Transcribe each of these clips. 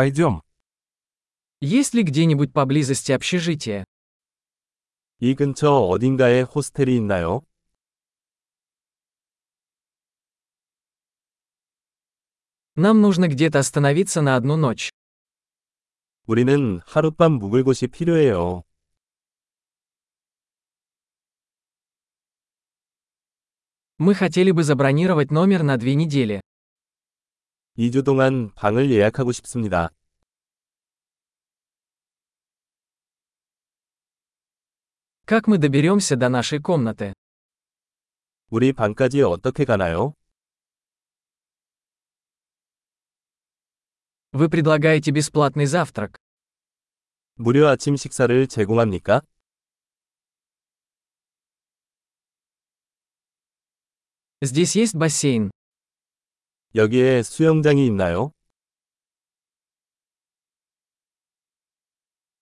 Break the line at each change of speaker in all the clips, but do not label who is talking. Пойдем.
Есть ли где-нибудь поблизости общежитие?
이 근처 어딘가에 호스텔이 있나요?
Нам нужно где-то остановиться на одну ночь.
우리는 하룻밤 묵을 곳이 필요해요.
Мы хотели бы забронировать номер на две недели.
2주 동안 방을 예약하고 싶습니다.
Как мы доберемся до нашей комнаты?
우리 방까지 어떻게 가나요?
Вы предлагаете бесплатный завтрак.
무료 아침 식사를 제공합니까?
Здесь есть бассейн.
여기에 수영장이 있나요?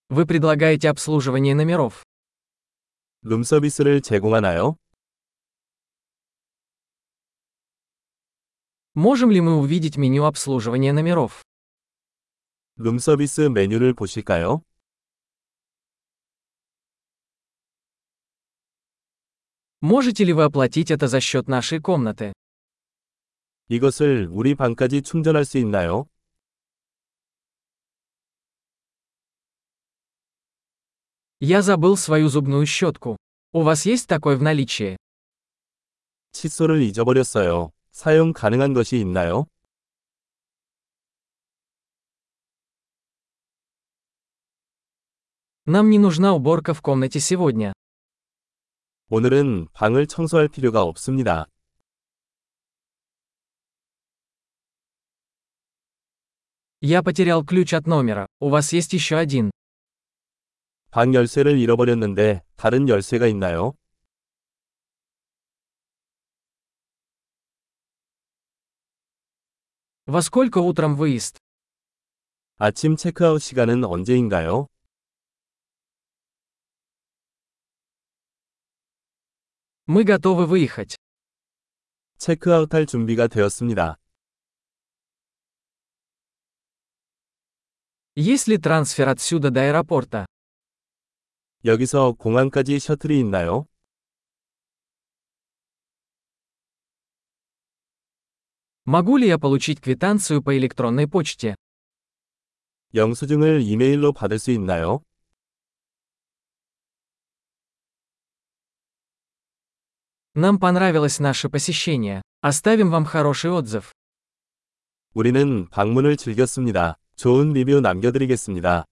Вы предлагаете обслуживание номеров.
룸서비스를 제공하나요?
Можем ли мы увидеть меню обслуживания номеров?
룸서비스 메뉴를 보실까요?
Можете ли вы оплатить это за счет нашей комнаты?
이것을 우리 방까지 충전할 수 있나요?
Я забыл свою зубную щетку. У вас есть такой в наличии?
칫솔을 잊어버렸어요. 사용 가능한 것이 있나요?
Нам не нужна уборка в комнате сегодня.
오늘은 방을 청소할 필요가 없습니다.
Я потерял ключ от номера. У вас есть еще один.
방 열쇠를 잃어버렸는데 다른 열쇠가 있나요?
Во сколько утром выезд?
아침 체크아웃 시간은 언제인가요?
Мы готовы выехать.
체크아웃할 준비가 되었습니다.
Есть ли трансфер отсюда до аэропорта?
여기서 공항까지 셔틀이 있나요?
Могу ли я получить квитанцию по электронной почте?
영수증을 이메일로 받을 수 있나요?
Нам понравилось наше посещение. Оставим вам хороший отзыв.
우리는 방문을 즐겼습니다. 좋은 리뷰 남겨드리겠습니다.